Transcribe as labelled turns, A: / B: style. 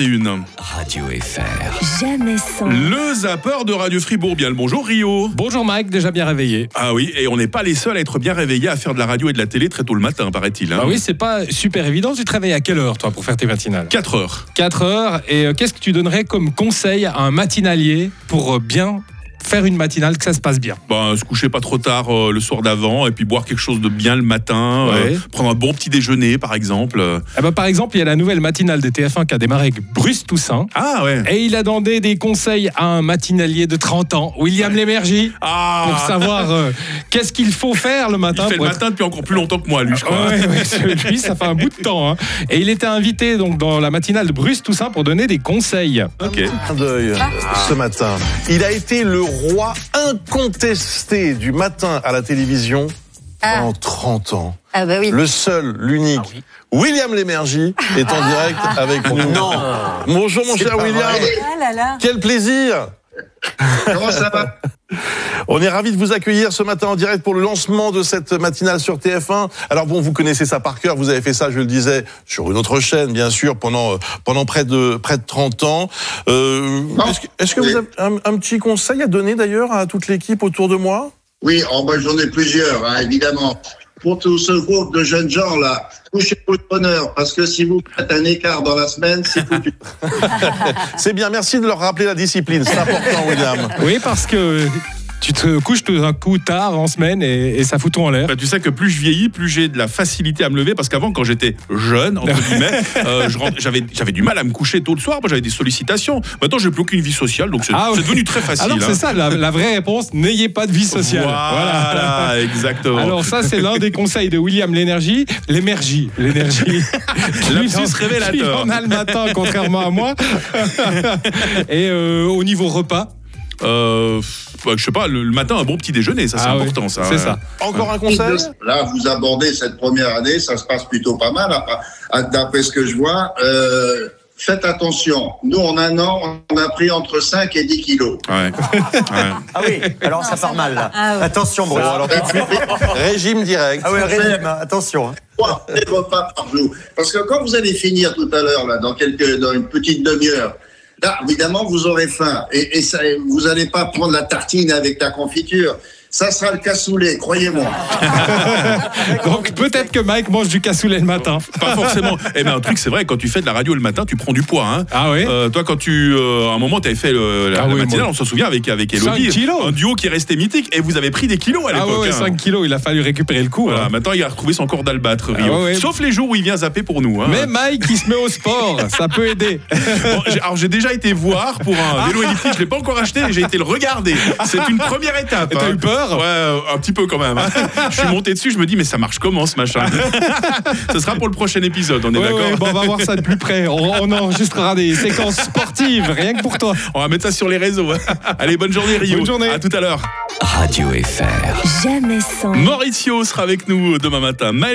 A: 21.
B: Radio FR.
C: Jamais sans.
A: Le zapper de Radio Fribourg. Bien le bonjour Rio.
D: Bonjour Mike, déjà bien réveillé.
A: Ah oui, et on n'est pas les seuls à être bien réveillés à faire de la radio et de la télé très tôt le matin, paraît-il. hein.
D: Bah oui, c'est pas super évident. Tu te réveilles à quelle heure, toi, pour faire tes matinales
A: 4 heures.
D: 4 heures. Et euh, qu'est-ce que tu donnerais comme conseil à un matinalier pour euh, bien faire une matinale, que ça se passe bien
A: Ben, se coucher pas trop tard euh, le soir d'avant et puis boire quelque chose de bien le matin. euh,
D: Ouais.
A: prendre un bon petit déjeuner, par exemple. euh.
D: Eh ben, Par exemple, il y a la nouvelle matinale des TF1 qui a démarré avec Bruce Toussaint.
A: Ah ouais.
D: Et il a demandé des conseils à un matinalier de 30 ans, William Lémergie,
A: Ah
D: pour savoir euh, qu'est-ce qu'il faut faire le
A: Il
D: matin
A: fait le
D: pour être Ah
A: matin depuis encore plus longtemps que moi, lui, je crois.
D: Ouais, ouais, celui, ça fait un bout de temps. hein. Et il était invité donc dans la matinale de Bruce Toussaint pour donner des conseils.
A: Ok.
E: clin d'œil
C: Ah.
E: ce matin. Il a été le roi incontesté du matin à la télévision
C: Ah.
E: pendant 30 ans.
C: Ah bah oui. Ah
E: Le seul, l'unique. William Lémergie est en direct avec nous. Non. Bonjour mon cher William.
C: Ah là là.
E: Quel plaisir.
F: Comment ça va
E: On est ravis de vous accueillir ce matin en direct pour le lancement de cette matinale sur TF1. Alors bon, vous connaissez ça par cœur, vous avez fait ça, je le disais, sur une autre chaîne, bien sûr, pendant, euh, pendant près, de, près de 30 ans. Euh, Est-ce que, est-ce que vous avez un, un petit conseil à donner d'ailleurs à toute l'équipe autour de moi
F: Oui, en vrai, j'en ai plusieurs, hein, évidemment. Pour tout ce groupe de jeunes gens, là, couchez-vous de bonheur, parce que si vous faites un écart dans la semaine, c'est foutu.
E: C'est bien, merci de leur rappeler la discipline, c'est important, William.
D: Oui, parce que tu te couches tout d'un coup tard en semaine et, et ça fout tout en l'air.
A: Bah, tu sais que plus je vieillis, plus j'ai de la facilité à me lever parce qu'avant, quand j'étais jeune, entre guillemets, euh, je rentre- j'avais j'avais du mal à me coucher tôt le soir, moi, j'avais des sollicitations. Maintenant, j'ai plus aucune vie sociale, donc c'est
D: Ah ouais.
A: c'est devenu très facile.
D: Alors
A: hein.
D: c'est ça, la, la vraie réponse, n'ayez pas de vie sociale.
A: Voilà, exactement.
D: Alors ça, c'est l'un des conseils de William L'énergie, l'énergie, l'énergie.
A: Lapsus révélateur.
D: Il en a le matin, contrairement à moi. Et euh, au niveau repas,
A: Euh, bah, je sais pas, le, le matin, un bon petit déjeuner, ça c'est
D: Ah oui,
A: important, ça. hein.
D: c'est ça.
E: Encore un conseil
F: Là, vous abordez cette première année, ça se passe plutôt pas mal, à- à- d'après ce que je vois. Euh, faites attention. Nous, en un an, on a pris entre 5 et 10 kilos.
A: Ouais. Ouais.
G: Ah oui, alors ça part mal là.
C: Ah ouais.
G: Attention Bruce.
E: Bon, alors tout de suite, régime direct.
G: Ah oui, régime, hein, attention. hein.
F: Trois des repas par jour. Parce que quand vous allez finir tout à l'heure, là, dans, quelques, dans une petite demi-heure, là, évidemment, vous aurez faim. Et, et ça, vous n'allez pas prendre la tartine avec la confiture. Ça sera le cassoulet, croyez-moi.
D: donc peut-être que Mike mange du cassoulet le matin.
A: Pas forcément. Eh ben un truc, c'est vrai, quand tu fais de la radio le matin, tu prends du poids. Hein.
D: Ah oui
A: Euh, toi, quand tu, euh, à un moment, tu avais fait le- la,
D: Ah
A: la
D: oui,
A: matinale,
D: moi.
A: on s'en souvient avec avec Elodie,
D: Cinq kilos.
A: un duo qui restait mythique, et vous avez pris des kilos à
D: Ah
A: l'époque.
D: ouais, ouais,
A: hein.
D: 5 kilos, il a fallu récupérer le coup.
A: Voilà,
D: hein.
A: Ah, maintenant il a retrouvé son corps d'albâtre, Rio.
D: Ah ouais, ouais.
A: Sauf les jours où il vient zapper pour nous. hein.
D: Mais Mike, il se met au sport, ça peut aider.
A: Bon, j'ai- alors j'ai déjà été voir pour
D: Ah.
A: un vélo électrique, je l'ai pas encore acheté, j'ai été le regarder. C'est une première étape.
D: Et t'as
A: hein.
D: eu peur
A: Ouais, euh, un petit peu quand même. hein. Je suis monté dessus, je me dis mais ça marche comment ce machin Ce sera pour le prochain épisode, on est
D: Ouais,
A: d'accord
D: ouais, bon, on va voir ça de plus près. On, on enregistrera des séquences sportives, rien que pour toi.
A: On va mettre ça sur les réseaux. Allez, bonne journée Rio.
D: Bonne journée.
A: À tout à l'heure.
B: Radio FR.
C: Jamais sans.
A: Mauricio sera avec nous demain matin. Maëlle